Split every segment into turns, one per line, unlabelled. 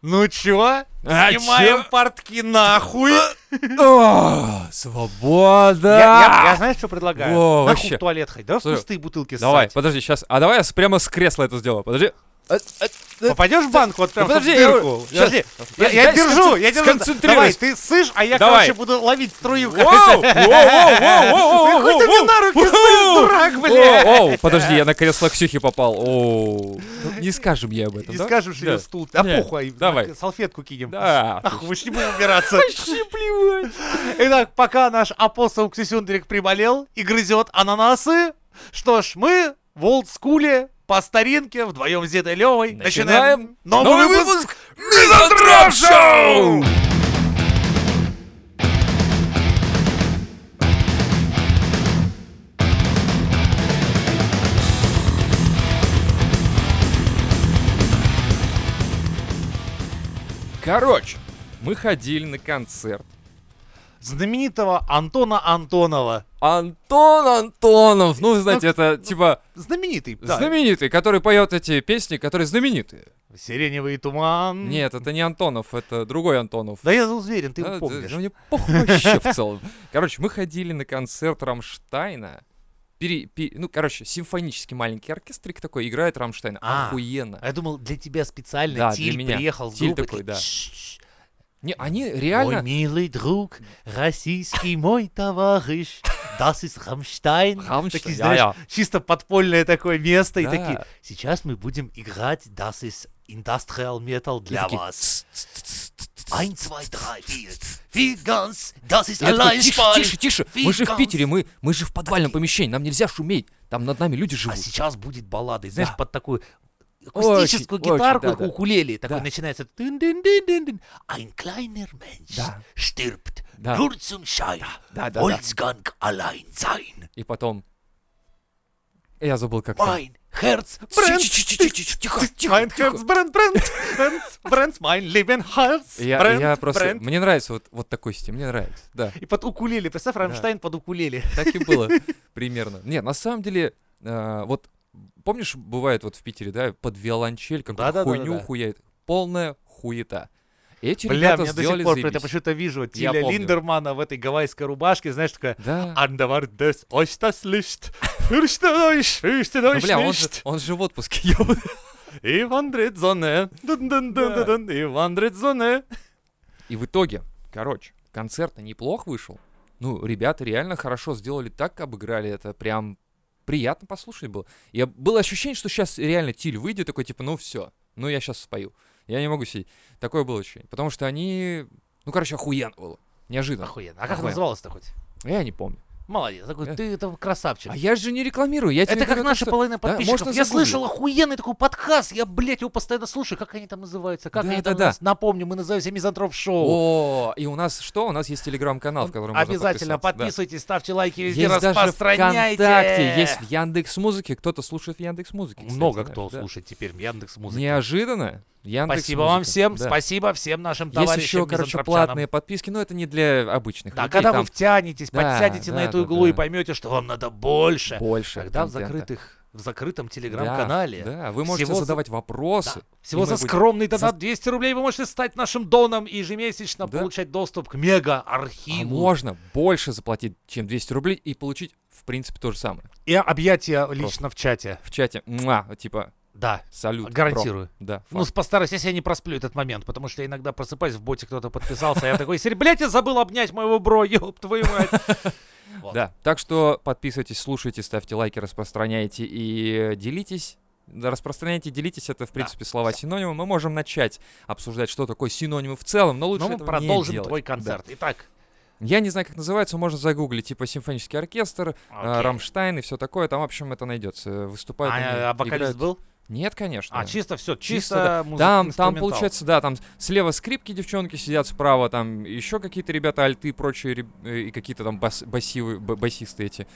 Ну чё?
А
Снимаем
чё?
портки нахуй.
О, Свобода!
Я, я- я знаешь, что предлагаю?
А! Во,
Нахуй
вообще.
в туалет ходить. Давай в
Слушай,
пустые бутылки
Давай,
ссать.
подожди, сейчас. А давай я с- прямо с кресла это сделаю. Подожди. Э, э, э,
Попадешь в банку вот прям
Да
чтоб в
подожди, я-
дырку.
я-
Подожди, я,
подожди,
я
дай
держу,
сконцен-
я держу. Давай,
сконцентрируйся.
ты сышь, а я,
Давай.
короче, буду ловить струю.
Воу, воу, воу, воу, воу,
Какой ты
воу,
мне на руки
воу.
ссышь, дурак, бля.
О, о, подожди, я на кресло Ксюхи попал. О, ну, не скажем ей об этом,
И
да?
скажем, что
Да.
я стул. А
Не,
похуй,
давай.
салфетку кинем.
Да.
Ах, мы ж не будем убираться.
Вообще плевать.
Итак, пока наш апостол Ксюсюндрик приболел и грызет ананасы, что ж, мы в олдскуле по старинке вдвоем с Дедой Левой начинаем,
Начинаем
новый,
новый
выпуск.
выпуск Мизантроп Шоу! Короче, мы ходили на концерт.
знаменитого Антона Антонова.
Антон Антонов, ну, вы знаете, это типа
Знаменитый, да.
знаменитый, который поет эти песни, которые знаменитые.
Сиреневый туман.
Нет, Ну, это не Антонов, это другой Антонов.
Да я уверен, ты его
Да, да,
помнишь.
да мне похуй вообще в целом. Короче, мы ходили на концерт Рамштайна. Пере- пе- ну, короче, симфонический маленький оркестрик такой играет Рамштайн.
А.
Охуенно.
А я думал, для тебя специально
Да, для
Тиль
меня.
приехал с
Тиль
группой.
такой,
и
да.
«Тш-ш-ш,
Не, они
Мой
реально...
милый друг, российский мой товарищ, das ist Rammstein.
Rammstein,
Такие, знаешь,
я-я.
чисто подпольное такое место. И
Да.
такие, сейчас мы будем играть das ist Industrial Metal
И
для
такие,
вас.
«Тс, тс, тс, тс, тс».
Ein, zwei, drei, vier. Vier ganz, das ist
Я такой,
allein
тише,
Spaß.
тише, тише, мы же в
Вигас.
Питере, мы, мы же в подвальном помещении, нам нельзя шуметь, там над нами люди
А
живут.
сейчас будет баллада, и, знаешь,
Да.
под такую акустическую
Очень, очень,
гитарку,
да,
такой
да.
укулеле, такой
Да.
начинается «Тын-дын-дын-дын-дын». Ein kleiner Mensch
Да.
stirbt
Да.
nur zum Schein,
Да, да, да.
Wolfgang allein sein.
И потом... Я забыл, как там.
Mein Herz
Тс,
brennt,
тс, тс, тс, тс, Тихо, тихо,
mein
тихо.
Herz brennt, brennt, brennt, brennt, mein Leben Herz
Я,
brennt,
я просто...
brennt».
Мне нравится вот, вот такой стиль, мне нравится, да.
И под укулеле, представь, Рамштайн под укулеле.
Так и было примерно. Не, на самом деле, э, вот помнишь, бывает вот в Питере, да, под виолончель какую-то
Да-да-да-да-да.
хуйню хуяет. Полная хуета. Эти
Бля,
ребята
меня до
сделали
сих пор
заебись.
это почему-то вижу
Я
Тиля
помню.
Линдермана в этой гавайской рубашке, знаешь, такая
Да.
Andauer des euch das Licht, fürchtet euch, fürchtet
Ну,
euch
бля, он же,
nicht,
он же в отпуске, ёбаный.
и вандrit Sonne, Dun dun dun
Да.
dun dun, и вандrit Sonne.
И в итоге, короче, концерт-то неплох вышел. Ну, ребята реально хорошо сделали так, обыграли это. Прям приятно послушать было. И было ощущение, что сейчас реально Тиль выйдет, такой, типа, ну все, ну я сейчас спою. Я не могу сидеть. Такое было ощущение. Потому что они, ну, короче, охуенно было. Неожиданно.
Охуенно. А как
Охуенно.
называлось-то хоть?
Я не помню.
Молодец, такой,
Э.
ты там красавчик.
А я же не рекламирую. Я тебе
Это как
говорю то,
наша
что-
половина
Да,
подписчиков.
можно
я
загуглить.
слышал охуенный такой подкаст. Я, блядь, его постоянно слушаю. Как они там называются? Как они там
Да-да-да.
называются? Напомню, мы называемся Мизантроп Шоу.
О, и у нас что? У нас есть телеграм-канал, в котором можно
Обязательно
подписаться, да.
подписывайтесь, ставьте лайки везде,
Есть даже
распространяйте.
ВКонтакте, есть в Яндекс Музыке. Кто-то слушает в Яндекс Музыке.
Много кто слушает теперь Яндекс Музыки.
Неожиданно. Яндекс
Спасибо вам
Музыка,
всем,
да.
спасибо всем нашим
Есть
товарищам.
еще, короче,
мизантропчанам.
платные подписки, но это не для обычных
Да,
людей.
когда вы
там
втянетесь,
Да,
подсядете на
да,
эту
да,
иглу и
да.
поймете, что вам надо больше.
больше
Тогда в
контента.
закрытых, в закрытом
Да,
телеграм-канале.
Да, вы можете
всего за-
задавать
Да,
вопросы.
Всего
и
за
мы будем-
скромный
за-
донат 200 рублей вы можете стать нашим доном и ежемесячно
Да.
получать доступ к мега-архиву.
И а можно больше заплатить, чем 200 рублей, и получить, в принципе, то же самое.
И объятия лично в чате.
В чате, муа, типа,
Да,
салют.
гарантирую.
Про. Да,
Ну,
факт.
постараюсь, если я не просплю этот момент, потому что я иногда просыпаюсь, в боте кто-то подписался, а я такой, «Сер- блядь, я забыл обнять моего бро, ёб твою мать. вот.
Да, так что подписывайтесь, слушайте, ставьте лайки, распространяйте и э, делитесь. Да, Распространяйте, делитесь, это, в принципе, слова синонимы. Мы можем начать обсуждать, что такое синонимы в целом, но лучше
Но мы
этого не
продолжим
Ну, делать.
твой
Да.
концерт. Итак,
Я не знаю, как называется, можно загуглить, типа симфонический оркестр, а,
Окей.
Рамштайн и все такое. Там, в общем, это найдется. Выступают. они,
а, а вокалист
играют.
был?
Нет, конечно.
А, чисто все,
Чисто,
чисто
Там, там
музыка-инструментал.
получается, да, там слева скрипки девчонки сидят, справа там еще какие-то ребята, альты и прочие, реб- э, и какие-то там бас- басивы- б- басисты эти.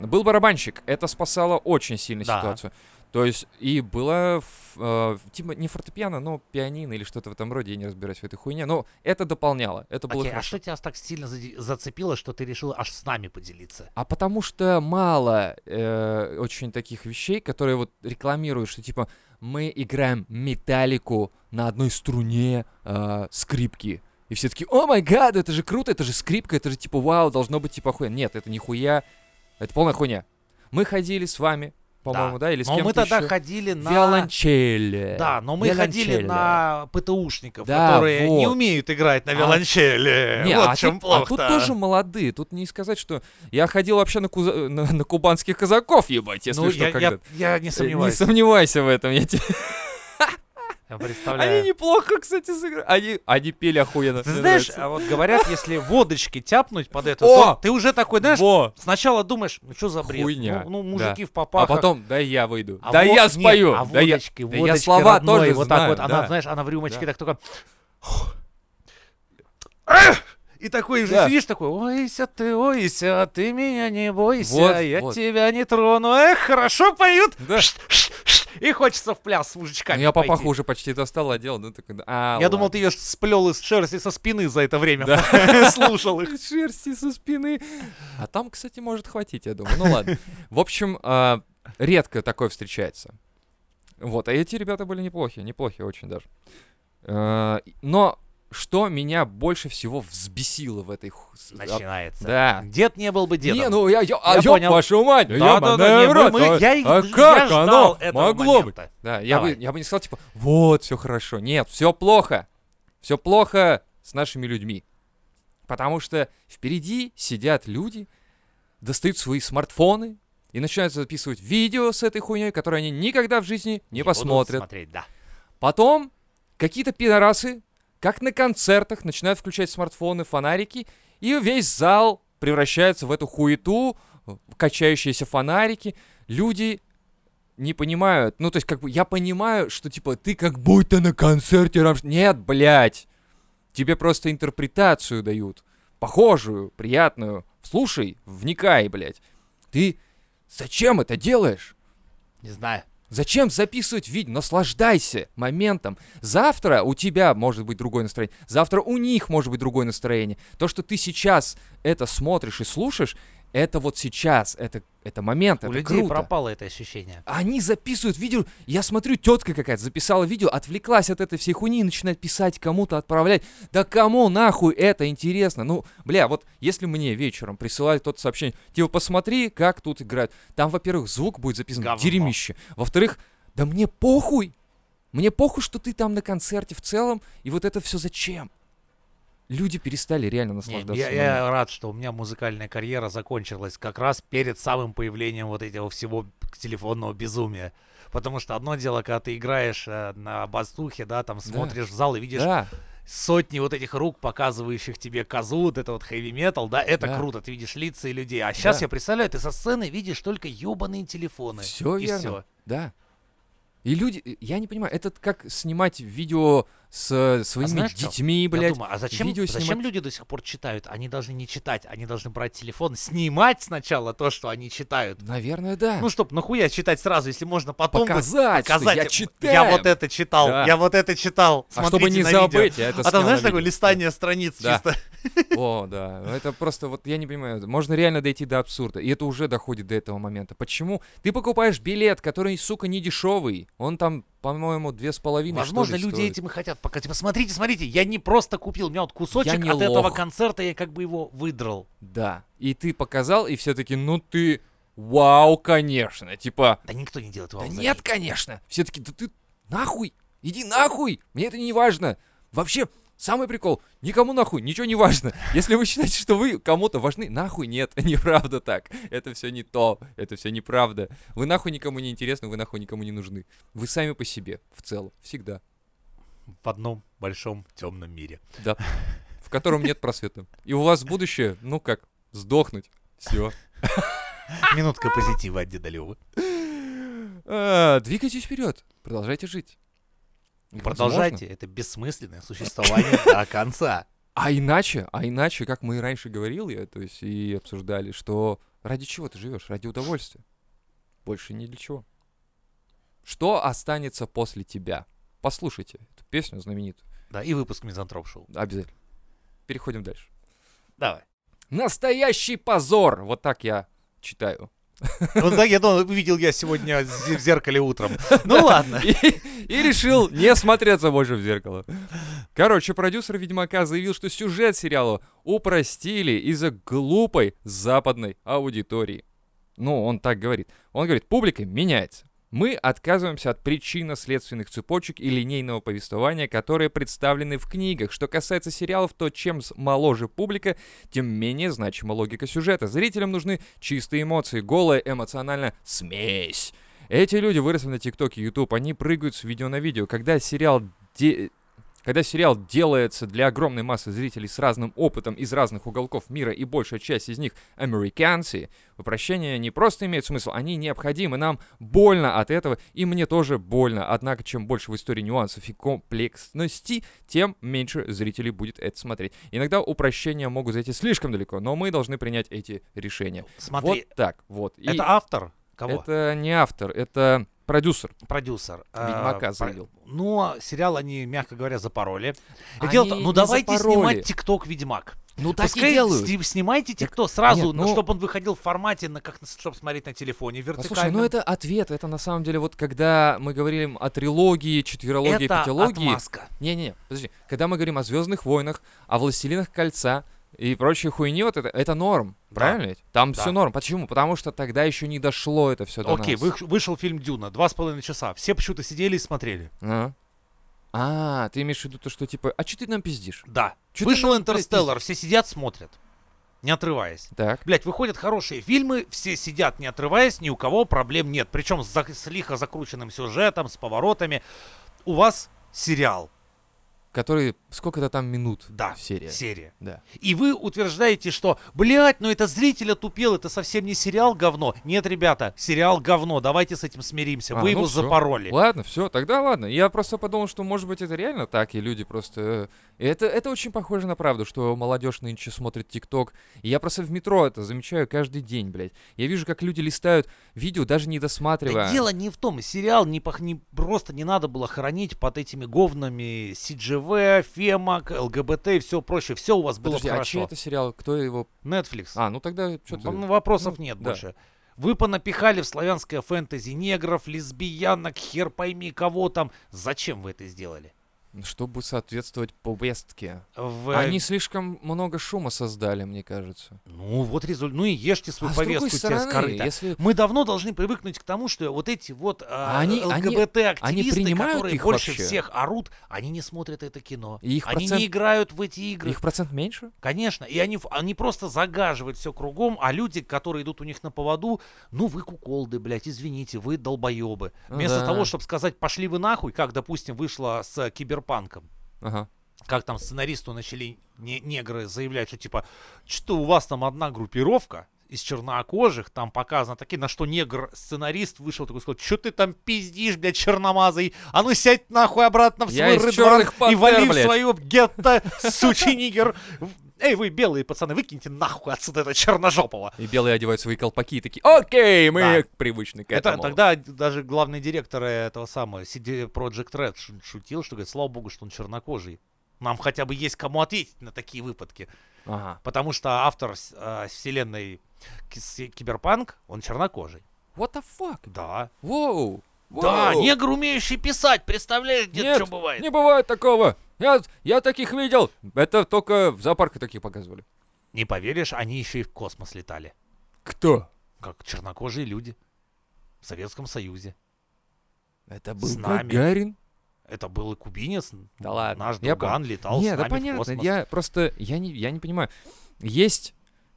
Был барабанщик, это спасало очень сильно
Да.
ситуацию. То есть, и было, ф- э, типа, не фортепиано, но пианино или что-то в этом роде, я не разбираюсь в этой хуйне, но это дополняло, это было
Окей, а
хорошо.
что тебя так сильно заде- зацепило, что ты решил аж с нами поделиться?
А потому что мало э, очень таких вещей, которые вот рекламируют, что типа мы играем металлику на одной струне э, скрипки. И все такие, о май гад, это же круто, это же скрипка, это же типа вау, должно быть типа хуя. Нет, это нихуя, это полная хуйня. Мы ходили с вами, по-моему, да, или с
Но
кем-то
мы тогда
еще.
ходили на...
Виолончели.
Да, но мы ходили
Виолончели.
на ПТУшников,
Да,
которые не
вот.
умеют играть на
А-
виолончели.
Не,
вот
а,
в чем
тут, а
плохо
тут тоже молодые. Тут не сказать, что я ходил вообще на, куза- на- на кубанских казаков, ебать, если
ну,
что,
я, я-
когда-то.
я не
Э,
сомневаюсь.
Не сомневайся в этом. Я тебе...
Я представляю.
Они неплохо, кстати, сыграли. Они, они пели охуенно.
Ты
Мне
знаешь,
нравится.
а вот говорят, если водочки тяпнуть под это,
О!
то ты уже такой, знаешь,
Во!
сначала думаешь, ну что за бред?
Хуйня.
Ну, ну, мужики в
А
попахах.
потом, да я выйду.
А
да
во-
я
нет,
спою.
а
да я...
водочки,
да я
водочки
слова
родной,
тоже
вот
знаю,
так вот, она,
да.
знаешь, она в рюмочке
Да.
так только... И такой уже
Да.
сидишь такой, ойся ты, ойся, ты меня не бойся,
Вот,
я
вот.
тебя не трону, эх, хорошо поют.
Да.
И хочется в пляс с мужичками
Ну, я
пойти.
папаху уже почти достал, одел. Ну, такой, да, а,
Я думал, ты
ладно.
ее сплел из шерсти со спины за это время, слушал их.
шерсти со спины. А там, кстати, может хватить, я думаю. Ну ладно. В общем, а, редко такое встречается. Вот, а эти ребята были неплохие, неплохие очень даже. А, и- Но что меня больше всего взбесило в этой... ху- с-
Начинается.
Да,
Дед не был бы дедом.
Не, ну я, я, а
Я
ёб
понял.
вашу мать,
Да, да,
ёбаная
да, не,
в рот,
мы- мы-
а-
я, их-
а
я
как
ждал
оно
этого
могло быть?
момента.
Да, я бы,
Давай.
я бы не сказал, типа, вот, все хорошо. Нет, все плохо. Все плохо с нашими людьми. Потому что впереди сидят люди, достают свои смартфоны и начинают записывать видео с этой хуйней, которые они никогда в жизни не,
будут
посмотрят.
смотреть, да.
Потом какие-то пидорасы, как на концертах, начинают включать смартфоны, фонарики, и весь зал превращается в эту хуету, э, качающиеся фонарики. Люди не понимают. Ну, то есть, как бы, я понимаю, что, типа, ты как будто на концерте Рамш- Нет, блядь! Тебе просто интерпретацию дают. Похожую, приятную. Слушай, вникай, блядь. Ты зачем это делаешь?
Не знаю.
Зачем записывать видео? Наслаждайся моментом. Завтра у тебя может быть другое настроение. Завтра у них может быть другое настроение. То, что ты сейчас это смотришь и слушаешь, это вот сейчас, это, это момент,
У
это
людей
круто.
пропало это ощущение.
Они записывают видео. Я смотрю, тетка какая-то записала видео, отвлеклась от этой всей хуйни и начинает писать кому-то, отправлять. Да кому нахуй это интересно? Ну, бля, вот если мне вечером присылают тот сообщение, типа, посмотри, как тут играют. Там, во-первых, звук будет записан
Говно.
дерьмище. Во-вторых, да мне похуй. Мне похуй, что ты там на концерте в целом, и вот это все зачем? Люди перестали реально
Не,
А, наслаждаться.
я,
моментом.
я рад, что у меня музыкальная карьера закончилась как раз перед самым появлением вот этого всего телефонного безумия. Потому что одно дело, когда ты играешь э, на бастухе, да, там смотришь в зал и видишь
Да.
сотни вот этих рук, показывающих тебе козу, вот это вот хэви метал, да, это
Да.
круто, ты видишь лица и людей. А сейчас
Да.
я представляю, ты со сцены видишь только ёбаные телефоны.
Все
и
верно.
всё.
Да. И люди, э, я не понимаю, это как снимать видео с э, своими
знаешь что?
детьми,
Я
блядь.
думаю, а зачем,
видео
зачем
снимать.
люди до сих пор читают? Они должны не читать, они должны брать телефон, снимать сначала то, что они читают.
Наверное, да.
Ну, чтоб нахуя читать сразу, если можно потом вот
показать, что
показать.
я
им,
читаю.
вот это читал,
Да.
я вот это читал.
А чтобы
смотрите
не
на видео».
забыть, я это
А
снял
там,
на
знаешь, такое
видео.
листание страниц
Да.
чисто.
О, да. Это просто, вот я не понимаю, можно реально дойти до абсурда. И это уже доходит до этого момента. Почему? Ты покупаешь билет, который, сука, не дешевый. Он там, по-моему, две с половиной. что
Возможно,
ли,
люди
стоит.
этим и хотят пока. Типа, смотрите, смотрите, я не просто купил, у меня вот кусочек
не
от этого
лох.
концерта, я как бы его выдрал.
Да. И ты показал, и все таки ну ты... Вау, конечно. Типа,
Да никто не делает
Да
вау,
нет, конечно. Все таки да ты нахуй, иди нахуй, мне это не важно. Вообще, самый прикол, никому нахуй, ничего не важно. Если вы считаете, что вы кому-то важны, нахуй нет, неправда так. Это все не то, это все неправда. Вы нахуй никому не интересны, вы нахуй никому не нужны. Вы сами по себе, в целом, всегда.
заебись. В одном большом темном мире.
Да. В котором нет просвета. И у вас будущее, ну как, сдохнуть. Все.
Минутка позитива от Дедалева.
А, двигайтесь вперед, продолжайте жить. И, возможно,
Продолжайте, это бессмысленное существование до конца.
А иначе, а иначе, как мы и раньше говорили, э, то есть и обсуждали, что ради чего ты живешь? Ради удовольствия. Больше ни для чего. Что останется после тебя? Послушайте эту песню знаменитую.
Да, и выпуск Мизантроп Шоу.
Обязательно. Переходим дальше.
Давай.
Настоящий позор! Вот так я читаю.
Вот так Ну, я думал, видел я сегодня в зе- в зеркале утром. Ну ладно.
И, и решил не смотреться больше в зеркало. Короче, продюсер Ведьмака заявил, что сюжет сериала упростили из-за глупой западной аудитории. Ну, он так говорит. Он говорит, публика меняется. Мы отказываемся от причинно-следственных цепочек и линейного повествования, которые представлены в книгах. Что касается сериалов, то чем с- моложе публика, тем менее значима логика сюжета. Зрителям нужны чистые эмоции, голая эмоциональная смесь. Эти люди выросли на ТикТоке и Ютуб, они прыгают с видео на видео. Когда сериал де- когда сериал делается для огромной массы зрителей с разным опытом из разных уголков мира, и большая часть из них — американцы, упрощения не просто имеют смысл, они необходимы. Нам больно от этого, и мне тоже больно. Однако, чем больше в истории нюансов и комплексности, тем меньше зрителей будет это смотреть. Иногда упрощения могут зайти слишком далеко, но мы должны принять эти решения.
Смотри,
Вот так, вот. И-
это автор? Кого?
это не автор, это продюсер.
Продюсер. э,
Ведьмака
про-
заявил.
Но сериал они, мягко говоря, запороли. И
Они
дело-то, ну
не
давайте
запороли.
снимать ТикТок Ведьмак.
Ну
Пускай сни- снимайте ТикТок сразу,
нет,
ну,
ну-
чтобы он выходил в формате, на, как, чтобы смотреть на телефоне
Слушай,
вертикально.
ну это ответ, это на самом деле вот когда мы говорим о трилогии, четверологии,
это
пятилогии.
отмазка.
Не-не-не, подожди. Когда мы говорим о Звездных войнах, о Властелинах кольца и прочей хуйни, вот это, это норм.
Да.
Правильно ведь? Там
Да.
все норм. Почему? Потому что тогда еще не дошло это все до
Окей,
нас.
вых- вышел фильм Дюна, два с половиной часа. Все почему-то сидели и смотрели.
А. А, ты имеешь в виду то, что типа, а что ты нам пиздишь?
Да.
Чё ты
вышел
нам, блядь,
Интерстеллар, все сидят, смотрят, не отрываясь.
Так.
Блять, выходят хорошие фильмы, все сидят, не отрываясь, ни у кого проблем нет. Причем с, зак- с лихо закрученным сюжетом, с поворотами. У вас сериал,
Который сколько-то там минут
да,
в серии.
серия.
Да.
И вы утверждаете, что, блядь, ну это зритель отупел, это совсем не сериал говно. Нет, ребята, сериал говно, давайте с этим смиримся.
А,
вы
ну
его
всё.
запороли.
Ладно, все, тогда ладно. Я просто подумал, что может быть это реально так, и люди просто... э, Это, это очень похоже на правду, что молодежь нынче смотрит ТикТок. И я просто в метро это замечаю каждый день, блядь. Я вижу, как люди листают видео, даже не
Да
досматривая.
дело не в том, и сериал не, пах- не- просто не надо было хранить под этими говнами CGV, Фемак, ЛГБТ и все проще. Все у вас было
Подожди,
бы
а чей
хорошо.
это сериал? Кто его...
Netflix.
А, ну тогда что ты...
Ну, вопросов нет
да.
больше. Вы понапихали в славянское фэнтези негров, лесбиянок, хер пойми кого там. Зачем вы это сделали?
Чтобы соответствовать повестке.
В, э,
А Они слишком много шума создали, мне кажется.
Ну вот результат. Ну и ешьте свою
а с другой
повестку те с
стороны,
корыта.
если...
Мы давно должны привыкнуть к тому, что вот эти вот
А они- они- они
ЛГБТ-активисты,
принимают
которые
их
больше
вообще?
всех орут, они не смотрят это кино.
И их
они
процент-
не играют в эти игры.
Их процент меньше?
Конечно. И они, ф- они просто загаживают все кругом, а люди, которые идут у них на поводу, ну вы куколды, блядь, извините, вы долбоебы.
Ну
Вместо
да.
того, чтобы сказать, пошли вы нахуй, как, допустим, вышло с э, Киберпанком.
Ага.
Как там сценаристу начали не- негры заявлять, что типа, что у вас там одна группировка из чернокожих, там показано такие, на что негр-сценарист вышел такой, сказал, что ты там пиздишь, блядь, черномазый, а ну сядь нахуй обратно в
Я
свой
из
рыдван
«Чёрных пантер»,
и вали в
блядь».
свою гетто, сучий нигер. Эй, вы белые пацаны, выкиньте нахуй отсюда это черножопого.
И белые одевают свои колпаки и такие, окей, мы
Да.
привычны к
Это
этому.
тогда даже главный директор этого самого CD Project Red шу- шутил, что говорит, слава богу, что он чернокожий. Нам хотя бы есть кому ответить на такие выпадки.
Ага.
Потому что автор с- э, вселенной ки- с- Киберпанк, он чернокожий.
What the fuck?
Да.
Воу.
Да,
Воу.
негр, умеющий писать, представляешь, где
Нет,
что бывает.
не бывает такого. Я, я таких видел. Это только в зоопарке такие показывали.
Не поверишь, они еще и в космос летали.
Кто?
Как чернокожие люди. В Советском Союзе.
Это
был
был
С нами.
Гагарин.
Это был и кубинец.
Да ладно,
Наш
А, я
Дуган летал
Не,
с
да
нами в
понятно.
космос.
Я просто, я не, я не понимаю. Есть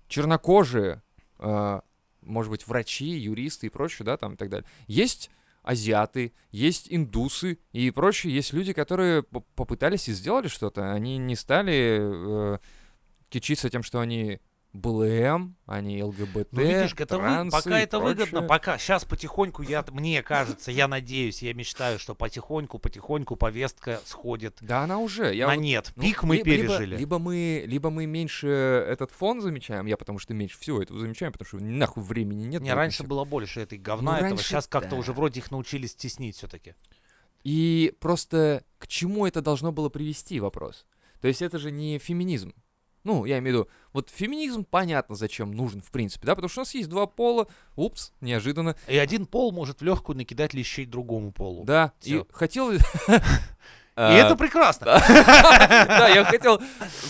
чернокожие, э, может быть, врачи, юристы и прочее, да, там и так далее. Есть азиаты, есть индусы и прочие, есть люди, которые по- попытались и сделали что-то. Они не стали э, кичиться тем, что они БЛМ, а не ЛГБТ,
Ну, видишь, это вы-
трансы
пока
и
это выгодно,
прочее.
пока сейчас потихоньку, я, мне кажется, я надеюсь, я мечтаю, что потихоньку, потихоньку повестка сходит
Да, она уже. Я
на
вот-
нет.
ну,
Пик мы
ли- либо-
пережили.
Либо, мы, либо мы меньше этот фон замечаем, я потому что меньше всего этого замечаю, потому что нахуй времени нет.
Не,
на это
раньше
всё. Ну,
было больше этой говна этого.
раньше
Сейчас как-то
да.
уже вроде их научились стеснить все-таки.
И просто к чему это должно было привести вопрос? То есть это же не феминизм. Ну, я имею в виду, вот феминизм понятно, зачем нужен, в принципе, да, потому что у нас есть два пола, упс, неожиданно,
И один пол может в легкую накидать лещей другому полу.
да, и
всё.
хотел... И
И это прекрасно.
Да, я хотел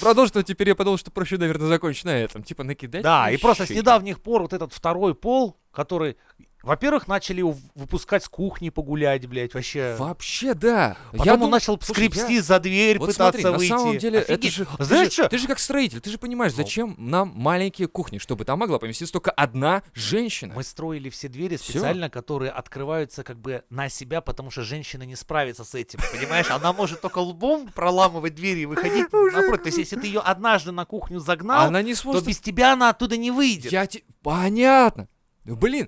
продолжить, но теперь я подумал, что проще, наверное, закончить на этом, типа накидать
Да, и просто с
лещей.
недавних пор вот этот второй пол, который, во-первых, начали его в- выпускать с кухни погулять, блядь, вообще.
Вообще, да.
Потом
я
он
дум-
начал
Слушай,
скрипсти
я-
за дверь,
Вот
пытаться
смотри, на
выйти.
самом деле, это
Офигеть.
же... ты
Знаешь
же-
что?
Ты же как строитель, ты же понимаешь,
Ну.
зачем нам маленькие кухни, чтобы там могла поместиться только одна женщина. А
Мы строили все двери
Всё.
специально, которые открываются как бы на себя, потому что женщина не справится с этим. Понимаешь, она может только лбом проламывать двери и выходить напротив. То есть, если ты ее однажды на кухню загнал,
Она не
то
сможет...
без тебя она оттуда не выйдет.
Я те- Понятно. Ну, Блин,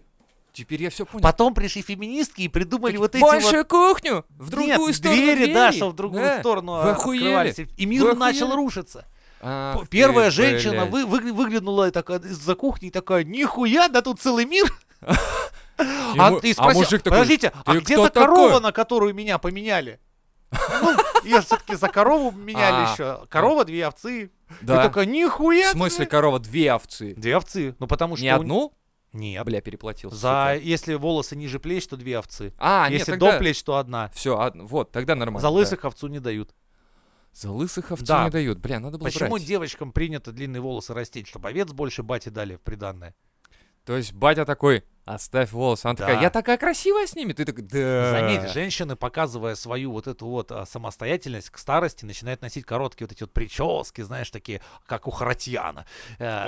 теперь я все понял.
Потом пришли феминистки и придумали
Так
вот эти
Больше
вот...
кухню! В другую
Нет,
сторону
двери,
двери.
да, что в другую
Да.
сторону
Вы охуели?
открывались. И мир
Вы
начал
охуели?
рушиться.
Ах
П-
ты,
Первая женщина
блядь.
вы, вы- выглянула и такая из-за кухни и такая, нихуя, да тут целый мир. А,
Ему-
ты спросил,
мужик такой,
подождите, а
«Ты
где
кто
то корова,
такой?»
на которую меня поменяли? Ну, ее все-таки за корову меняли
А.
еще. Корова, две овцы.
Да.
И такая,
В
нихуя!
смысле,
ты!»
корова, две овцы.
Две овцы. Ну, потому что...
Не
у-
одну?
Нет.
Бля, переплатил.
За...
сука.
Если волосы ниже плеч, то две овцы.
А, нет,
Если
тогда-
до плеч, то одна.
Все, вот, тогда нормально.
За
да.
лысых овцу не дают.
За лысых овцу
Да.
не дают. Бля, надо было
Почему
брать.
девочкам принято длинные волосы растить, чтобы овец больше бати дали в приданное?
То есть батя такой, оставь волосы. Она
Да.
такая, я такая красивая с ними. Ты такой, да.
Заметь, женщины, показывая свою вот эту вот а, самостоятельность к старости, начинают носить короткие вот эти вот прически, знаешь, такие, как у Харатьяна. Э,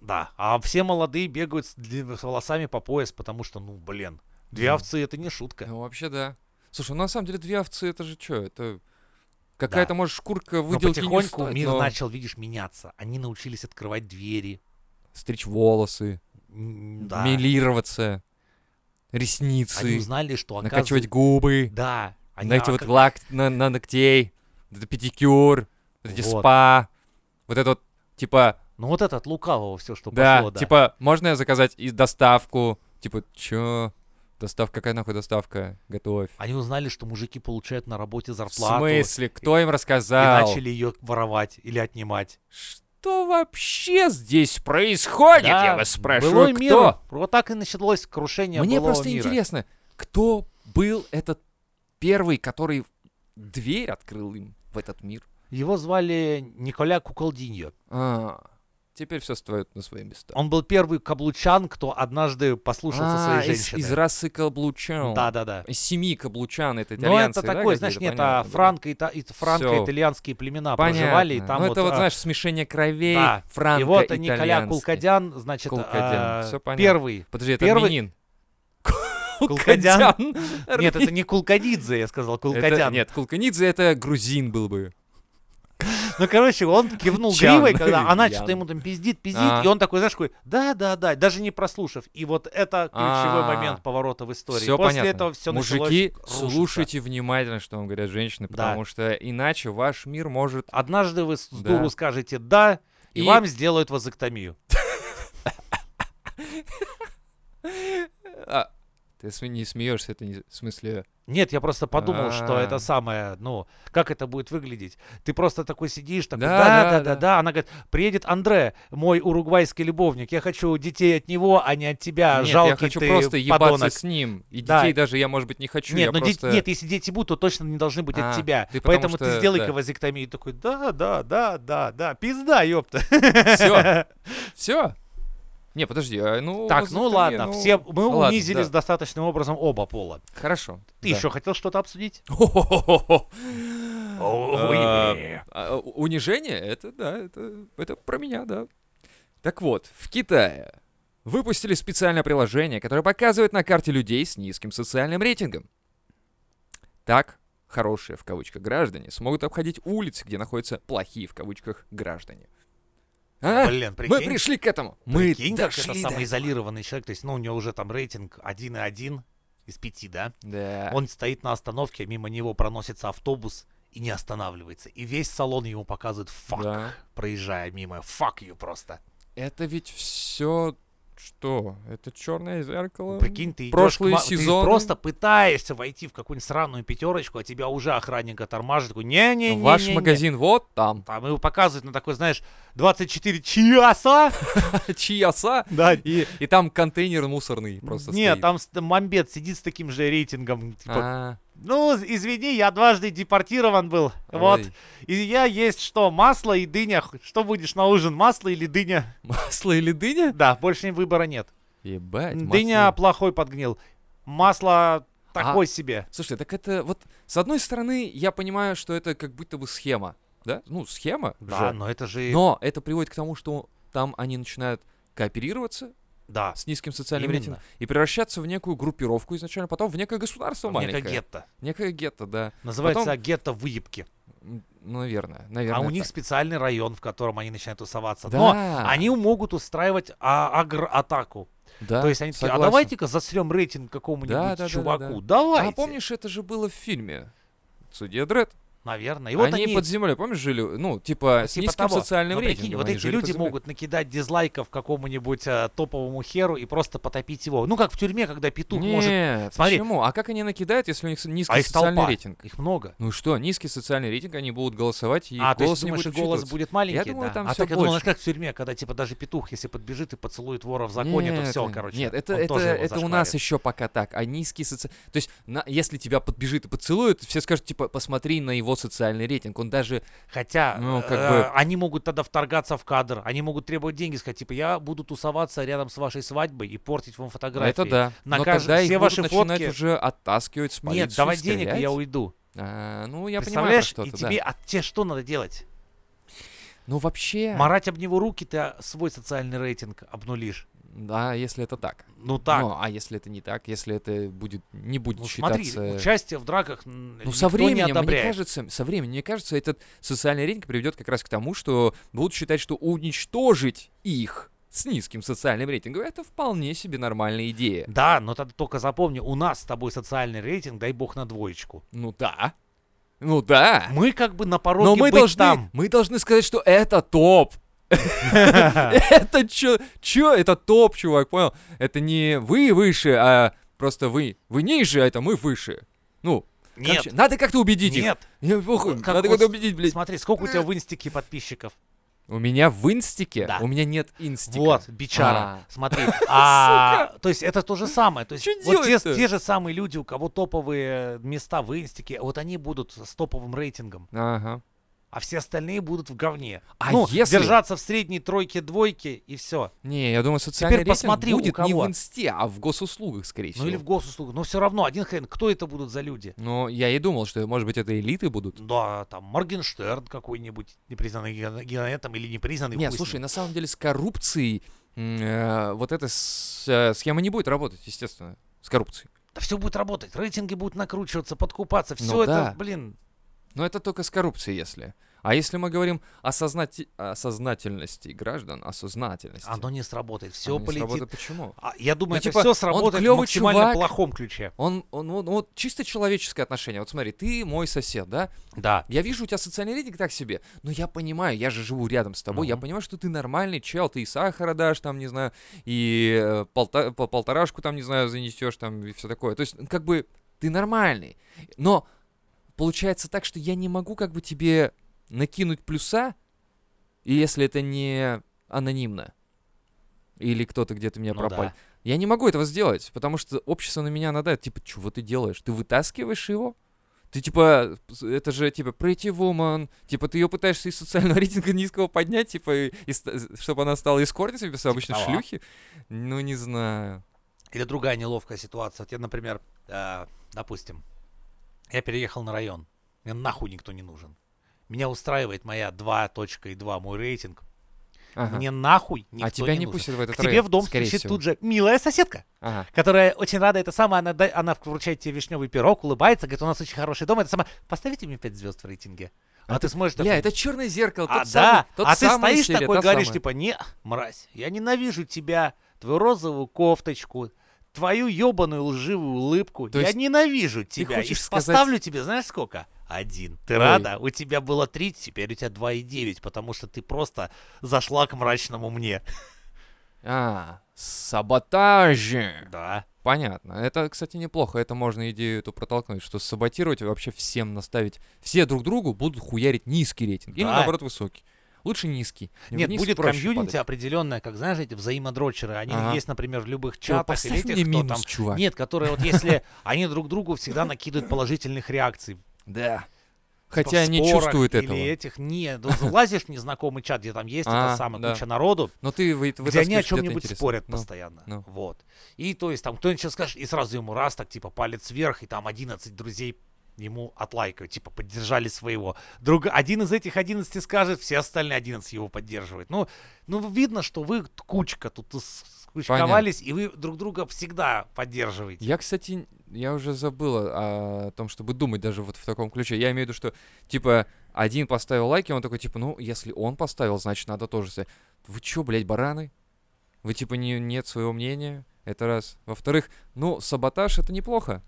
да. А все молодые бегают с, длинными волосами по пояс, потому что, ну, блин, две
Мгм.
овцы — это не шутка.
Ну, вообще, да. Слушай, ну, на самом деле две овцы, это же что? Это какая-то, может, шкурка
Но
выделки не
потихоньку
встать,
мир
но
начал, видишь, меняться. Они научились открывать двери.
Стричь волосы,
М, Да.
милироваться,
Они
ресницы,
узнали, что,
накачивать
оказывается...
губы,
Да. Они,
знаете, вот
ока-
лак на, на ногтей, вот это педикюр, вот эти
Вот.
спа, вот это вот, типа,
Ну вот это от лукавого все, что
Да,
пошло, да.
типа, можно я заказать и доставку? Типа, чё? Доставка, какая нахуй доставка? Готовь.
Они узнали, что мужики получают на работе
В
зарплату.
смысле? Кто им
и
рассказал?
начали ее воровать или отнимать.
Что вообще здесь происходит? я
Да,
вас спрашиваю,
былой
кто?
мир. Вот так и началось крушение
Мне
былого
просто
мира.
интересно, кто был этот первый, который дверь открыл им в этот мир?
Его звали Николя Куколдиньо.
А, теперь все стоит на свои места.
Он был первый каблучан, кто однажды послушался
А,
своей
из,
женщины.
из расы каблучан.
Да-да-да.
Из семи каблучан, это
Ну,
итальянцы,
это
да,
такое,
какие-то?
знаешь, нет, а
Понятно, да.
франко, ита- и- франко-итальянские племена проживали, и
Понятно.
там
ну,
вот...
это вот,
а,
знаешь, смешение кровей,
да.
франко
и вот Николя
итальянский.
Кулкадян, значит,
Кулкадян,
а,
всё понятно.
первый.
Подожди, это
Первый-
армянин.
Кулкадян?
Армянин.
Нет, это не Кулкадидзе, я сказал,
Это-
Кулкадян.
Нет, Кулканидзе это грузин был бы.
Ну, короче, он кивнул
Чан.
гривой, когда она
Ян.
что-то ему там пиздит, пиздит,
А.
и он такой, знаешь, такой, да-да-да, даже не прослушав. И вот это ключевой
А.
момент поворота в истории.
Все
После
понятно.
этого все
Мужики, слушайте внимательно, что вам говорят женщины,
Да.
потому что иначе ваш мир может...
Однажды вы с с
Да.
дуру скажете «да», и,
И-
вам сделают вазоктомию.
А, ты сме- не смеешься, это не... В смысле...
Нет, я просто подумал, что
А.
это самое, ну, как это будет выглядеть. Ты просто такой сидишь, такой,
Да, да, да.
да-да-да-да. Она говорит, приедет Андре, мой уругвайский любовник, я хочу детей от него, а не от тебя,
Нет,
жалкий
я хочу
ты
просто ебаться
подонок.
с ним. И
Да.
детей даже я, может быть, не хочу.
Нет, ну,
я
но де-
просто...
нет, если дети будут, то точно не должны быть
А,
от тебя.
ты потому
Поэтому ты
что-
сделай-ка
да.
вазэктомию. И такой, да, да, да, да, да, пизда, ёпта.
Все. Все. Не, подожди, а, ну...
Так, ну
вазоктомия,
ладно,
ну,
все, мы
ладно,
унизились
да.
достаточным образом оба пола.
Хорошо.
Ты
да.
еще хотел что-то обсудить?
А, а, у- Унижение, это да, это, это про меня, да. Так вот, в Китае выпустили специальное приложение, которое показывает на карте людей с низким социальным рейтингом. Так хорошие, в кавычках, граждане смогут обходить улицы, где находятся плохие, в кавычках, граждане. А?
Блин, прикинь.
Мы пришли к этому. Мы
Прикинь, как это
дошли до этого.
самоизолированный человек, то есть, ну, у него уже там рейтинг 1,1 из 5, да?
Да.
Он стоит на остановке, мимо него проносится автобус и не останавливается. И весь салон ему показывает фак,
Да.
проезжая мимо. Фак ее просто.
Это ведь все что? Это черное зеркало.
Ну, Прикинь, ты идёшь к
прошлый
ма-
сезон.
ты просто пяешься войти в какую-нибудь сраную пятерочку, а тебя уже охранник тормажит, такой, не-не-не.
Ваш магазин вот там.
Там его показывают на такой, знаешь, 24 часа.
Чьяса.
Да,
И, и там контейнер мусорный просто
Нет,
стоит.
там с- мамбет сидит с таким же рейтингом. Типа,
А,
ну, извини, я дважды депортирован был. Вот.
ой.
И я есть что, масло и дыня. Х- Что будешь на ужин, масло или дыня?
Масло или дыня?
Да, больше выбора нет.
Ебать, масло. А.
Дыня плохой подгнил. Масло такое себе.
Слушай, так это вот... С одной стороны, я понимаю, что это как будто бы схема. Да? Ну, схема
Да,
же.
но это же...
Но это приводит к тому, что там они начинают кооперироваться
Да.
с низким социальным
Именно.
рейтингом и превращаться в некую группировку изначально, потом в некое государство
Некое
маленькое.
гетто.
Некое гетто, да.
Называется гетто выебки.
М, Наверное, наверное.
А у них
так.
специальный район, в котором они начинают тусоваться. Но
Да.
они могут устраивать а- агр-атаку.
Да,
То есть они такие, а
согласен.
давайте-ка засрем рейтинг какому-нибудь
Да, да, да, да,
чуваку.
А
Давайте.
помнишь, это же было в фильме Судья Дред.
Наверное. И вот
они,
они,
под землей, помнишь, жили, ну, типа,
ну,
с
типа
низким
того.
социальным
Но
рейтингом.
прикинь, вот
они
эти
жили под
люди
землей.
могут накидать дизлайков какому-нибудь э, топовому херу и просто потопить его. Ну, как в тюрьме, когда петух может...
Нет,
Смотри.
почему? А как они накидают, если у них с- низкий
А их
социальный
толпа.
рейтинг?
Их много.
Ну и что, низкий социальный рейтинг, они будут голосовать, и
а,
их
то есть,
голос не
думаешь,
будет
их голос
учитываться.
будет маленький?
думаю,
да.
там
а
всё
так я думал, знаешь,
больше.
как в тюрьме, когда, типа, даже петух, если подбежит и поцелует вора в законе,
Нет,
то все,
нет,
короче.
Нет, это,
он
это,
тоже его
это у нас
зашкварит.
еще пока так. А низкий социальный... То есть, на- если тебя подбежит и поцелует, все скажут, типа, посмотри на его социальный рейтинг. Он даже...
Хотя
Ну, как
э,
бы-
они могут тогда вторгаться в кадр, они могут требовать деньги, сказать, типа, я буду тусоваться рядом с вашей свадьбой и портить вам фотографии.
Это да.
На
Но
кажд-
тогда их
все
будут
ваши
начинать
фотки-
уже оттаскивать,
Нет,
с полицией,
давай денег, и я
стрелять.
уйду.
А, ну, я понимаю, про
Представляешь,
что
и
ты, да.
тебе, а тебе что надо делать?
Ну, вообще...
Марать об него руки, ты а, свой социальный рейтинг обнулишь.
Да, если это так.
Ну так,
Ну, а если это не так, если это будет не будет
ну
считаться...
смотри, участие в драках м,
Ну,
никто
со
не
временем, мне
одобряет.
кажется, со временем, мне кажется, этот социальный рейтинг приведет как раз к тому, что будут считать, что уничтожить их с низким социальным рейтингом это вполне себе нормальная идея.
Да, но тогда только запомни, у нас с тобой социальный рейтинг, дай бог на двоечку.
Ну да. Ну да.
Мы как бы на пороге
Но мы
быть
должны,
там.
мы должны сказать, что это топ. Это чё? Чё? Это топ, чувак, понял? Это не вы выше, а просто вы. Вы ниже, а это мы выше. Ну,
Нет,
короче, надо как-то убедить их.
нет.
Я похуй,
Как
надо
вот
как-то убедить, блядь.
Смотри, сколько у тебя в инстике подписчиков?
У меня в инстике?
Да.
У меня нет инстика.
Вот, бичара. Смотри. а, То есть это то же самое. То есть
Чё
вот те,
делать-то?
те же самые люди, у кого топовые места в инстике, вот они будут с топовым рейтингом,
Ага.
а все остальные будут в говне.
А
ну,
если-
держаться в средней тройке, двойке и все.
Не, я думаю, социальный
Теперь
рейтинг
посмотри, у
будет не
кого.
в инсте, а в госуслугах, скорее
Ну
всего.
или в госуслугу. Но все равно, один хрен, кто это будут за люди?
Но я и думал, что, может быть, это элиты будут.
Да, там Моргенштерн какой-нибудь, непризнанный ген- генетом или непризнанный.
Не,
хуй с
слушай,
ним.
на самом деле с коррупцией м, э, вот эта с- э, схема не будет работать, естественно, с коррупцией.
Да все будет работать, рейтинги будут накручиваться, подкупаться.
Ну
Все это,
да.
блин,
Но это только с коррупцией, если. А если мы говорим о, сознати- о сознательности граждан, о сознательности...
оно не сработает. Все
оно не
полетит
сработает. Почему?
А, я думаю,
Ну,
это
типа,
все
он
сработает в
клёвый
максимально
чувак.
плохом ключе.
Он, он, он, вот чисто человеческое отношение. Вот смотри, ты мой сосед, да?
Да.
Я вижу у тебя социальный рейтинг так себе, но я понимаю, я же живу рядом с тобой, я
Мгм.
понимаю, что ты нормальный чел, ты и сахара дашь там, не знаю, и э, полта- по- полторашку там, не знаю, занесешь там и все такое. То есть, ну, как бы, ты нормальный. Но получается так, что я не могу как бы тебе накинуть плюса, и если это не анонимно. Или кто-то где-то меня
Ну
пропал.
да.
Я не могу этого сделать, потому что общество на меня надает. Типа, чего ты делаешь? Ты вытаскиваешь его? Ты типа, с- это же типа pretty woman, типа ты ее пытаешься из социального рейтинга низкого поднять, типа, и- и ст- чтобы она стала эскортницей вместо обычной
Типа того.
шлюхи. Ну, не знаю.
Или другая неловкая ситуация. Вот я, например, э, допустим, я переехал на район. Мне нахуй никто не нужен. Меня устраивает моя 2.2, мой рейтинг.
Ага.
Мне нахуй никто
а тебя не,
нужен.
пустят в этот
К тебе
район,
в дом
скорее
стучит
всего.
тут же милая соседка,
Ага.
которая очень рада, это самое, она, да- она вручает тебе вишневый пирог, улыбается, говорит, у нас очень хороший дом, это самое, поставите мне 5 звезд в рейтинге. А, ты смотришь такой,
Бля, это черное зеркало,
а,
тот
да,
самый, тот
а ты
самый
стоишь
серия,
такой,
та
говоришь,
самая.
типа, не, мразь, я ненавижу тебя, твою розовую кофточку, твою ебаную лживую улыбку.
То
я
есть
ненавижу тебя.
хочешь
и
сказать-
поставлю тебе, знаешь сколько? Один. Ты
Ой.
рада? У тебя было три, теперь у тебя два и девять, потому что ты просто зашла к мрачному мне.
А, саботажи.
Да.
Понятно. Это, кстати, неплохо. Это можно идею эту протолкнуть, что саботировать и вообще всем наставить. Все друг другу будут хуярить низкий рейтинг. Или
Да.
наоборот высокий. Лучше низкий.
Нет,
Вниз
будет
проще
комьюнити а
падать.
определенное, как знаешь, эти взаимодрочеры. Они
Ага.
есть, например, в любых
Чё,
чатах или
поставь
этих,
мне
кто
минус,
там.
чувак.
Нет, которые вот если они друг другу всегда накидывают положительных реакций.
Да.
в
Хотя не
спорах
чувствуют
или
этого.
этих не ну, залазишь в незнакомый чат, где там есть
А,
это самое
да.
куча народу,
Но ты вы,
где они о
вытаскиваешь где-то
чем-нибудь
интересное.
спорят
Ну,
постоянно.
ну.
Вот. И то есть там кто-нибудь сейчас скажет, и сразу ему раз, так типа палец вверх, и там 11 друзей ему отлайкают, типа поддержали своего. Друг, один из этих 11 скажет, все остальные 11 его поддерживают. Ну, ну видно, что вы кучка тут с- скучковались, и вы друг друга всегда поддерживаете.
Я, кстати, я уже забыла а, о том, чтобы думать даже вот в таком ключе. Я имею в виду, что, типа, один поставил лайки, он такой, типа, ну, если он поставил, значит, надо тоже... ставить. Вы чё, блядь, бараны? Вы, типа, не, нет своего мнения? Это раз. Во-вторых, ну, саботаж — это неплохо.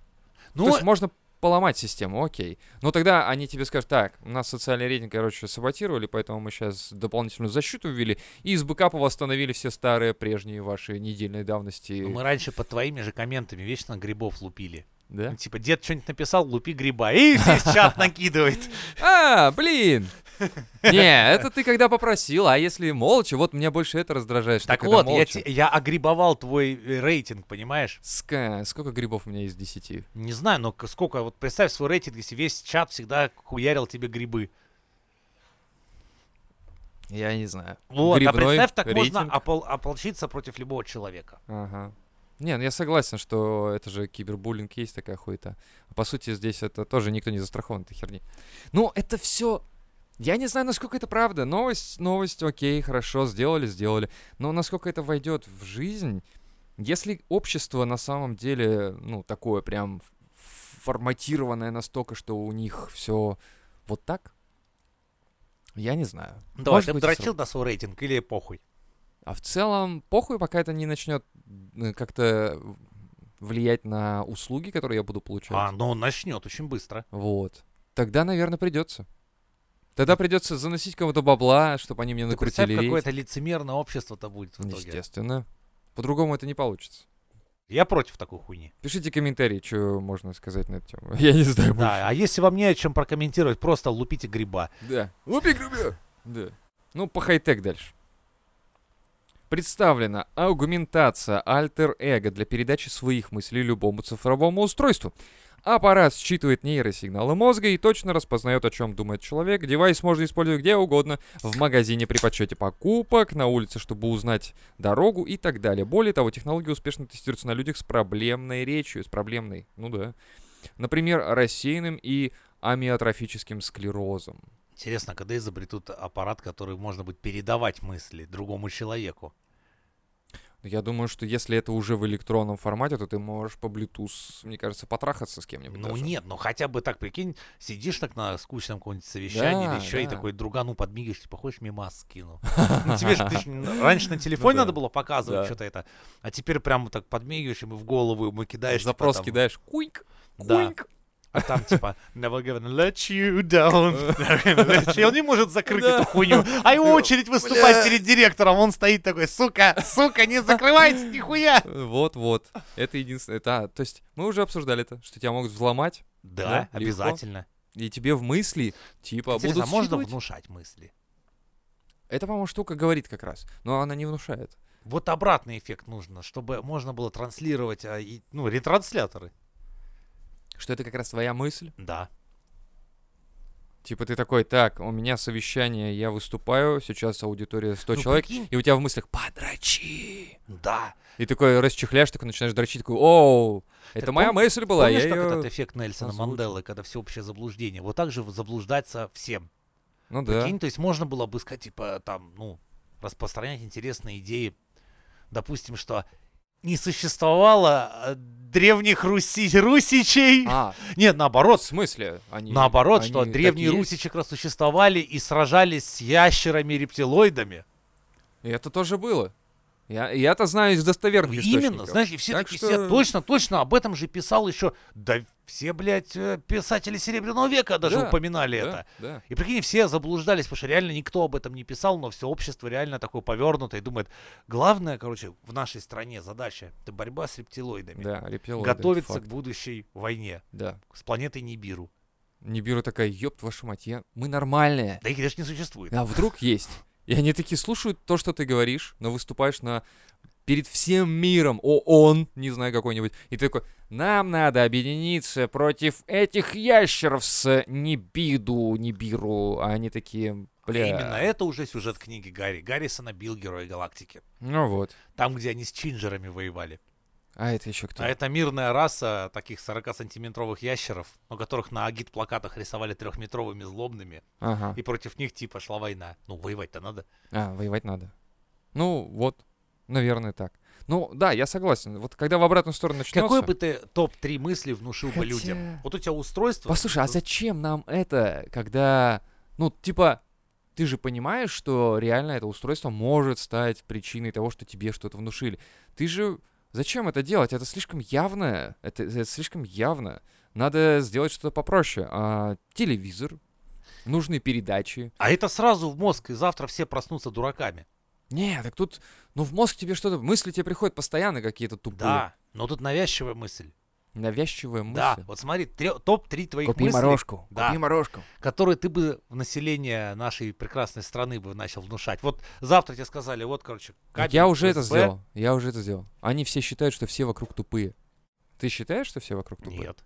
Ну,
Ну, То есть можно поломать систему, окей. Но тогда они тебе скажут, так, у нас социальный рейтинг, короче, саботировали, поэтому мы сейчас дополнительную защиту ввели, и из бэкапа восстановили все старые, прежние ваши недельной давности.
ну, мы раньше под твоими же комментами вечно грибов лупили.
Да?
Ну, Типа, дед что-нибудь написал, лупи гриба. И весь чат накидывает.
А, блин! Не, это ты когда попросил, а если молча, вот меня больше это раздражает, что
Так
когда
вот, я,
молча.
те- я огрибовал твой э, рейтинг, понимаешь?
Ска- Сколько грибов у меня из 10?
Не знаю, но к- сколько, вот представь свой рейтинг, если весь чат всегда хуярил тебе грибы.
Я не знаю.
Вот, а
Грибной
представь, так
рейтинг?
можно опол- ополчиться против любого человека.
Ага. Не, ну я согласен, что это же кибербуллинг есть такая хуета. А По сути, здесь это тоже никто не застрахован этой херни. Ну, это все... Я не знаю, насколько это правда. Новость, новость, окей, хорошо, сделали, сделали. Но насколько это войдет в жизнь, если общество на самом деле, ну, такое прям ф- форматированное настолько, что у них все вот так, я не знаю.
Ну, Давай,
Может
ты
быть, и
дрочил на свой рейтинг или похуй?
а в целом, похуй, пока это не начнет как-то влиять на услуги, которые я буду получать.
А, ну он начнет очень быстро.
Вот. Тогда, наверное, придется. Тогда придется заносить кому-то бабла, чтобы они мне
Ты
накрутили
представь,
рейд.
какое-то лицемерное общество-то будет в итоге.
Естественно. По-другому это не получится.
Я против такой хуйни.
Пишите комментарии, что можно сказать на эту тему. Я не знаю.
Да, а если вам не о чем прокомментировать, просто лупите гриба.
Да. Лупи гребя! Да. Ну, по хай-тек дальше. Представлена аугментация альтер-эго для передачи своих мыслей любому цифровому устройству. Аппарат считывает нейросигналы мозга и точно распознает, о чем думает человек. Девайс можно использовать где угодно, в магазине при подсчете покупок, на улице, чтобы узнать дорогу и так далее. Более того, технология успешно тестируется на людях с проблемной речью, с проблемной, ну да. Например, рассеянным и амиотрофическим склерозом.
Интересно, когда изобретут аппарат, который можно будет передавать мысли другому человеку?
Я думаю, что если это уже в электронном формате, то ты можешь по Bluetooth, мне кажется, потрахаться с кем-нибудь.
Ну
даже.
нет, ну хотя бы так, прикинь, сидишь так на скучном каком-нибудь совещании
Да,
или еще и
да.
такой другану подмигиваешь, типа, хочешь мимас скину? Ну тебе же ты ж н- раньше на телефоне
Ну да.
надо было показывать
Да.
что-то это, а теперь прямо так подмигиваешь ему в голову, ему кидаешь. типа,
Запрос
там,
кидаешь. Куинк,
Да.
куинк.
А там типа, never gonna let you down. never gonna let you-» И он не может закрыть
Да.
эту хуйню. А его очередь
Бля.
выступать перед директором, он стоит такой, сука, сука, не закрывайте нихуя.
Вот-вот. Это единственное. Да, то есть мы уже обсуждали это, что тебя могут взломать, Да,
Да,
легко.
обязательно.
и тебе в мысли, типа,
Интересно, а
будут
можно
считывать.
внушать мысли?
Это, по-моему, штука говорит как раз, но она не внушает.
Вот обратный эффект нужно, чтобы можно было транслировать, а, и- ну, ретрансляторы.
Что это как раз твоя мысль,
Да.
Типа ты такой, так, у меня совещание, я выступаю, сейчас аудитория 100
Ну,
человек,
прикинь.
и у тебя в мыслях «подрочи».
Да.
И такой расчехляешь, такой начинаешь дрочить, такой «оу, это
Так
моя
пом-
мысль была, я
Помнишь, как
её-»
этот эффект Нельсона
озвучил.
Манделы, когда всеобщее заблуждение? Вот так же заблуждаться всем.
Ну да.
Прикинь, то есть можно было бы сказать, типа, там, ну, распространять интересные идеи. Допустим, что не существовало э, древних руси... русичей.
А,
Нет,
в
наоборот.
смысле? Они,
Наоборот, что
они
древние
такие
русичи как раз существовали и сражались с ящерами и рептилоидами.
есть? Это тоже было. Я, я-то знаю из
Ну,
достоверных
Именно,
источников.
знаешь, и все
Так
такие,
что-
все точно, точно об этом же писал еще, да все, блядь, э, писатели Серебряного века даже
Да,
упоминали
Да,
это.
да.
И прикинь, все заблуждались, потому что реально никто об этом не писал, но все общество реально такое повернутое и думает, главное, короче, в нашей стране задача — это борьба с рептилоидами.
Да, рептилоиды, это
Готовиться к
факт.
будущей войне
Да.
с планетой Нибиру.
Нибиру такая, ёб вашу мать, я... мы нормальные.
Да их даже не существует.
А вдруг есть? И они такие слушают то, что ты говоришь, но выступаешь на перед всем миром, ООН, не знаю, какой-нибудь, и ты такой, нам надо объединиться против этих ящеров с Нибиду, Нибиру, а они такие, бля...
И А Именно это уже сюжет книги Гарри. Гаррисона бил Героя Галактики.
Ну вот.
Там, где они с чинджерами воевали.
А это еще кто?
А это мирная раса таких 40-сантиметровых ящеров, у которых на агит-плакатах рисовали трехметровыми злобными,
Ага.
и против них типа шла война. Ну, воевать-то надо.
А, воевать надо. Ну, вот. Наверное, так. Ну, да, я согласен. Вот когда в обратную сторону начнется...
Какой бы ты топ-3 мысли внушил бы людям?
Хотя-
Вот у тебя устройство...
Послушай, а зачем нам это, когда, ну, типа, ты же понимаешь, что реально это устройство может стать причиной того, что тебе что-то внушили. Ты же... Зачем это делать? Это слишком явно. Это, это слишком явно. Надо сделать что-то попроще. А, телевизор, нужные передачи.
А это сразу в мозг, и завтра все проснутся дураками.
Не, так тут, ну, в мозг тебе что-то, мысли тебе приходят постоянно какие-то тупые,
Да, но тут навязчивая мысль.
навязчивые мысли.
Да, вот смотри, тре- топ-3 твоих
Купи
мыслей,
морожку,
Да.
купи морожку.
которые ты бы в население нашей прекрасной страны бы начал внушать. Вот завтра тебе сказали, вот, короче, кабель
я уже это
USB.
сделал. Я уже это сделал. Они все считают, что все вокруг тупые. Ты считаешь, что все вокруг тупые?
Нет.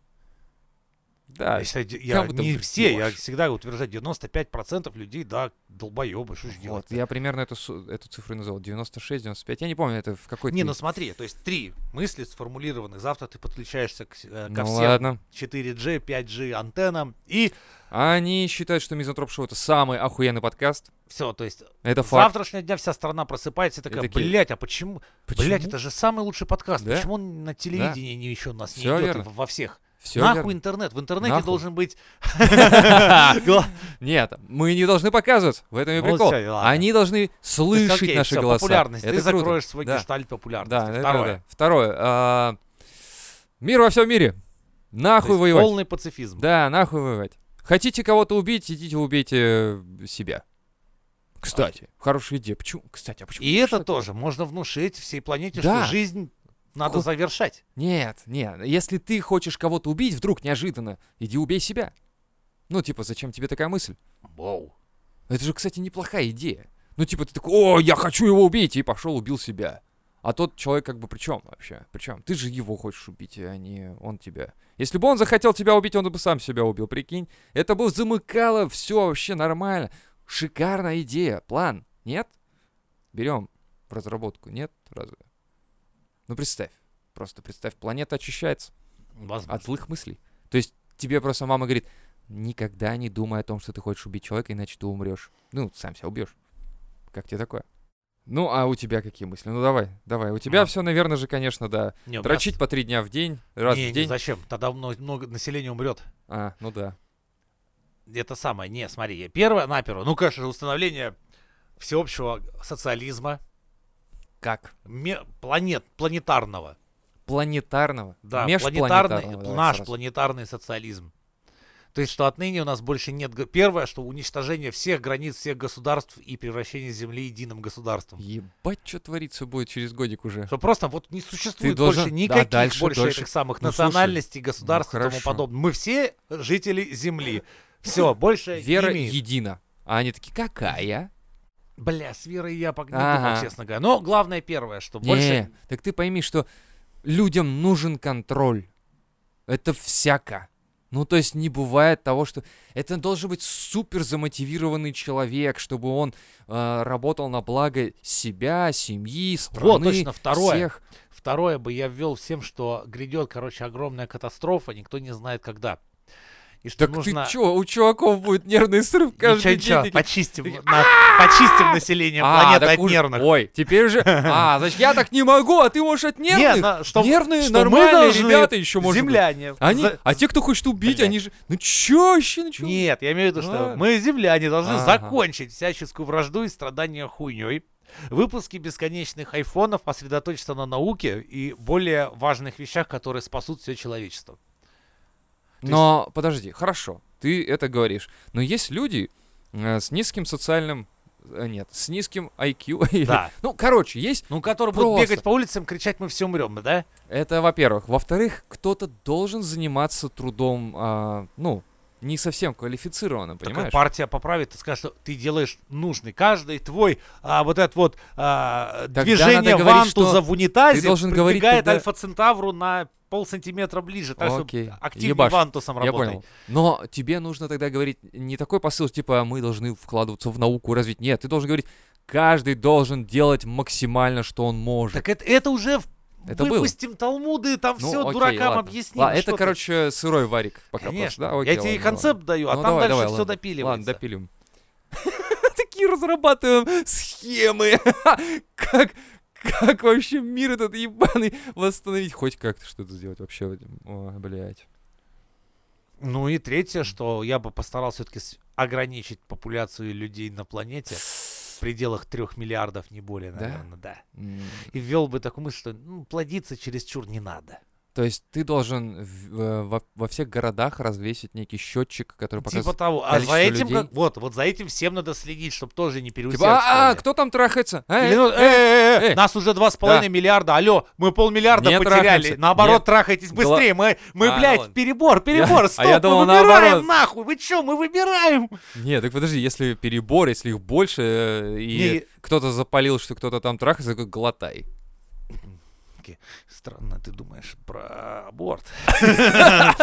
Да.
Я считаю, де- я
А Как бы там
не
ты
все, я
можешь?
всегда утверждаю, 95% людей, да, долбоебы, что ж делать
Вот, я примерно эту, су- эту цифру и назвал. 96-95. Я не помню, это в какой-то...
Не, ну
из-
смотри, то есть три мысли сформулированы, завтра ты подключаешься к, с- э, ко
Ну
всем
ладно.
4G, 5G антеннам, и
Они считают, что Мизантроп Шоу это самый охуенный подкаст.
все, то есть
Это
с
факт.
завтрашнего дня вся страна просыпается и такая,
такие,
блядь, а почему,
Почему?
блядь, это же самый лучший подкаст,
Да.
почему он на телевидении не еще у нас не
Всё
идет и
верно.
в- во всех?
Всё
Нахуй
верно.
интернет, в интернете
Нахуй.
должен быть... гла-
Нет, мы не должны показывать. В этом и
Ну,
прикол.
всё, и ладно.
Они должны слышать
Окей,
наши
всё,
голоса.
популярность,
Это
ты
круто.
закроешь свой
Да.
гештальт
Да,
популярности.
это
Второе.
правда. Второе. а, Мир во всем мире.
То
Нахуй
есть
воевать.
Полный пацифизм.
Да, нахуй воевать. Хотите кого-то убить, идите убейте э, себя. Кстати, хорошая идея. Почему? Кстати, а почему?
И
что
это тоже можно внушить всей планете,
Да.
что жизнь надо
Хо-
завершать.
Нет, нет. Если ты хочешь кого-то убить, вдруг неожиданно, иди убей себя. Ну, типа, зачем тебе такая мысль?
Воу.
Это же, кстати, неплохая идея. Ну, типа, ты такой, о, я хочу его убить, и пошел убил себя. А тот человек как бы при чем вообще? Причем? Ты же его хочешь убить, а не он тебя. Если бы он захотел тебя убить, он бы сам себя убил, прикинь. Это бы замыкало все вообще нормально. Шикарная идея, план, нет? Берем в разработку, нет? Разве? Ну, представь, просто представь, планета очищается
Возможно.
от злых мыслей. То есть тебе просто мама говорит, никогда не думай о том, что ты хочешь убить человека, иначе ты умрешь. Ну, сам себя убьешь. Как тебе такое? Ну, а у тебя какие мысли? Ну, давай, давай. У тебя
Ма-
все, наверное же, конечно, да.
Не, у меня
Дрочить
с-
по три дня в день, раз
не,
в
не,
день.
зачем? Тогда много, много населения умрет.
А, ну да.
Это самое. Не, смотри, я первое, на первое. Ну, конечно же, установление всеобщего социализма,
Как?
ме- планет, планетарного.
Планетарного.
Да,
Межпланетарного,
планетарный,
давай
наш
сразу.
планетарный социализм. То есть, что отныне у нас больше нет... г- Первое, что уничтожение всех границ, всех государств и превращение Земли единым государством.
Ебать, что творится будет через годик уже.
Что просто вот не существует
должен-
больше
да,
никаких
дальше,
больше
дальше.
этих самых
Ну, слушай,
национальностей, государств
ну,
и тому
хорошо.
подобное. Мы все жители Земли. Все, больше
Вера
ими-
едина. А они такие, какая?
Бля, с Верой я пог- не
Ага.
думал, честно говоря. Но главное первое, что
Не,
больше...
так ты пойми, что людям нужен контроль. Это всяко. Ну, то есть не бывает того, что... Это должен быть супер замотивированный человек, чтобы он э, работал на благо себя, семьи, страны,
точно, второе.
всех.
Второе бы я ввел всем, что грядет, короче, огромная катастрофа, никто не знает когда. И что
Так
нужно...
ты чё, у чуваков будет нервный срыв каждый
Ничего, ничего,
день. такие,
почистим, на- почистим население
«А,
планеты
так
от
уж-
нервных.
Ой, теперь уже... А, значит, я так не могу, а ты можешь от
Не,
нервных?
на- что,
Нервные,
что мы
нормальные
должны,
ребята еще может быть.
Земляне.
Они,
за-
а те, кто хочет убить,
Блядь.
они же... Ну чё вообще? Ну, чё?
Нет, я имею в виду, что
Ладно.
мы, земляне, должны
А. Ага.
закончить всяческую вражду и страдания хуйней. Выпуски бесконечных айфонов посредоточатся на науке и более важных вещах, которые спасут все человечество. есть-
Но подожди, хорошо, ты это говоришь. Но есть люди э, с низким социальным... э, Нет, с низким IQ. или-
Да.
Ну, короче, есть...
Ну, которые будут
Просто.
бегать по улицам, кричать, мы все умрем, да?
Это, во-первых. Во-вторых, кто-то должен заниматься трудом, а, ну, не совсем квалифицированным,
Такая
понимаешь?
партия поправит и скажет, что ты делаешь нужный. Каждый твой а, вот это вот а,
Тогда
движение
надо говорить,
вантуза
что
в унитазе
ты должен говорить
придвигает
тогда-
альфа-центавру на полсантиметра ближе. Так что
Окей.
активнее
Ебашь.
вантусом
Я
работай.
понял. Но тебе нужно тогда говорить не такой посыл, типа мы должны вкладываться в науку, развить. Нет, ты должен говорить, каждый должен делать максимально, что он может.
Так это, это уже в-
Это было.
выпустим Талмуды, там
Ну,
все
окей,
дуракам
ладно.
объясним.
Ла-
что
это,
ты.
короче, сырой варик. Пока
конечно.
просто, да? Окей,
я тебе и
ладно,
концепт даю, а
Ну,
там
давай,
дальше
давай,
все
ладно.
допиливается.
Ладно, допилим. Такие разрабатываем схемы. Как как вообще мир этот ебаный восстановить? Хоть как-то что-то сделать вообще. Ой, блядь.
Ну и третье, что я бы постарался все-таки ограничить популяцию людей на планете в пределах трех миллиардов, не более,
Да?
наверное, да.
М,
И ввел бы такую мысль, что ну, плодиться чересчур не надо.
То есть ты должен в- э, во, во всех городах развесить некий счетчик, который
типа
показывает...
того. А за
Ну, количество
этим,
людей.
как, вот, вот за этим всем надо следить, чтобы тоже не
Типа,
переусердствовали.
а, а, кто там трахается? Эй,
Или, ну, э, э, э,
эй.
Нас уже два с половиной
Да.
миллиарда. Алло, мы полмиллиарда
Не
потеряли.
трахаемся.
Наоборот,
Не-
трахайтесь
Гла-
быстрее. Мы, мы
А, ну
блядь,
ладно.
перебор, перебор.
Я-
Стоп,
а я думал,
мы выбираем
наоборот.
нахуй. Вы чё, мы выбираем.
Не, так подожди, если перебор, если их больше, э, и
Не-
кто-то запалил, что кто-то там трахается, такой, глотай.
Странно, ты думаешь про аборт.
Да,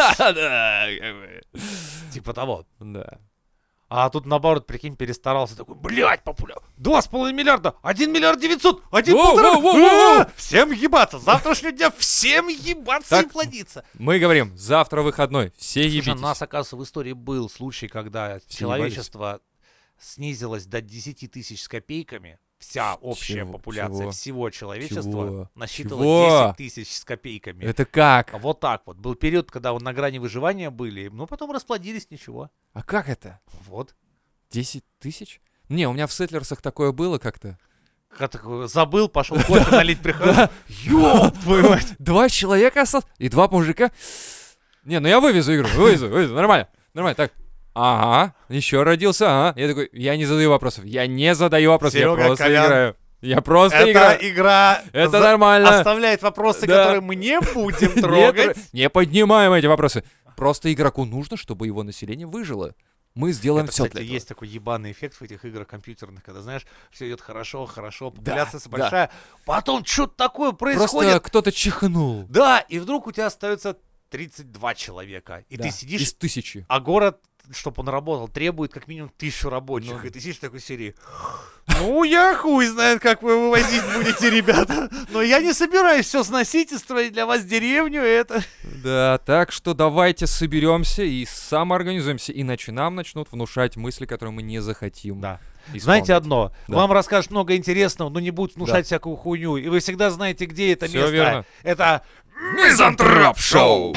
как бы.
Типа того.
Да.
А тут, наоборот, прикинь, перестарался. Такой, блядь, популя. Два с половиной миллиарда. Один миллиард девятьсот. Один
Воу,
полтора.
воу, воу, воу,
А, Всем ебаться. С Завтрашнего дня всем ебаться и
Так,
плодиться.
Мы говорим, завтра выходной, все
Слушай,
ебитесь.
у нас, оказывается, в истории был случай, когда человечество снизилось до 10 тысяч с копейками. Вся общая
чего?
популяция
Чего?
всего человечества
Чего?
насчитывала
Чего?
10 тысяч с копейками.
Это как?
А Вот так вот. Был период, когда он на грани выживания были, но потом расплодились, ничего.
А как это?
Вот.
10 тысяч? Не, у меня в Сетлерсах такое было как-то.
Как такой, забыл, пошел кофе налить, прихожу.
Ёб твою мать! Два человека осталось, и два мужика. Не, ну я вывезу игру, вывезу, вывезу, нормально, нормально, так. Ага, еще родился, ага. Я такой, я не задаю вопросов, я не задаю вопросов, я
Серёга,
просто
Колян,
играю. Я просто
Это
играю.
игра
Это
за-
нормально.
оставляет вопросы,
Да.
которые мы не будем
Не
трогать.
тр- Не поднимаем эти вопросы. Просто игроку нужно, чтобы его население выжило. Мы сделаем
Это,
все
кстати,
Ну, для этого.
есть такой ебаный эффект в этих играх компьютерных, когда, знаешь, все идет хорошо, хорошо,
Да,
популяция
да.
большая, потом что-то такое происходит,
Просто кто-то чихнул.
да, и вдруг у тебя остается 32 человека, и
Да,
ты сидишь,
Из тысячи.
а город, чтобы он работал, требует как минимум тысячу рабочих, и
Ну.
ты сидишь в такой серии, ну, я хуй знает, как вы вывозить будете, ребята, но я не собираюсь все сносить и строить для вас деревню, и это...
Да, так что давайте соберемся и самоорганизуемся, иначе нам начнут внушать мысли, которые мы не захотим.
Да.
исполнять.
Знаете одно,
Да.
вам расскажут много интересного, но не будут внушать всякую хуйню, и вы всегда знаете, где это
Всё
место.
верно.
Это
Мизантроп Шоу!